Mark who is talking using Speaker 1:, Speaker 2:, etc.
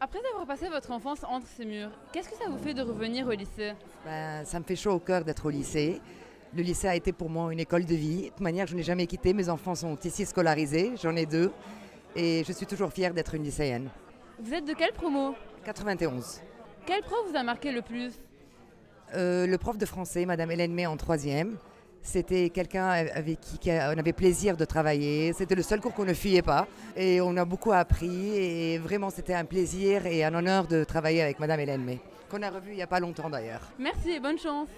Speaker 1: Après avoir passé votre enfance entre ces murs, qu'est-ce que ça vous fait de revenir au lycée
Speaker 2: Ben, ça me fait chaud au cœur d'être au lycée. Le lycée a été pour moi une école de vie. De toute manière, je n'ai jamais quitté. Mes enfants sont ici scolarisés. J'en ai deux. Et je suis toujours fière d'être une lycéenne.
Speaker 1: Vous êtes de quelle promo
Speaker 2: 91.
Speaker 1: Quel prof vous a marqué le plus
Speaker 2: Euh, le prof de français, Madame Hélène May, en troisième, c'était quelqu'un avec qui qui a- on avait plaisir de travailler. C'était le seul cours qu'on ne fuyait pas. Et on a beaucoup appris. Et vraiment, c'était un plaisir et un honneur de travailler avec Madame Hélène May, qu'on a revue il n'y a pas longtemps d'ailleurs.
Speaker 1: Merci et bonne chance